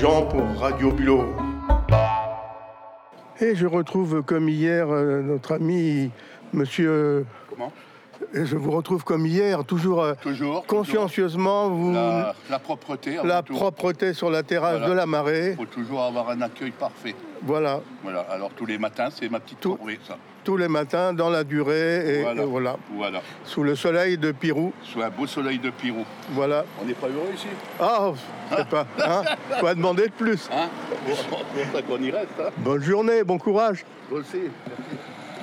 Jean pour Radio Bulot. Et je retrouve comme hier euh, notre ami monsieur. Comment et je vous retrouve comme hier, toujours euh, Toujours. consciencieusement, vous. toujours. La, Ah, la propreté. avant la tout. propreté sur la terrasse Voilà. de la marée. Il faut toujours avoir un accueil parfait. Voilà, Voilà. Alors tous les matins, c'est ma petite Tout. corvée, ça. tous les matins, dans la durée, et et voilà. Voilà. Voilà. Sous le soleil de Pirou, Sous un beau soleil de Pirou. voilà. On n'est pas heureux ici Ah, je sais pas, hein, pas demander de plus. Hein C'est pour ça qu'on y reste. Hein Bonne journée, bon courage. Vous aussi.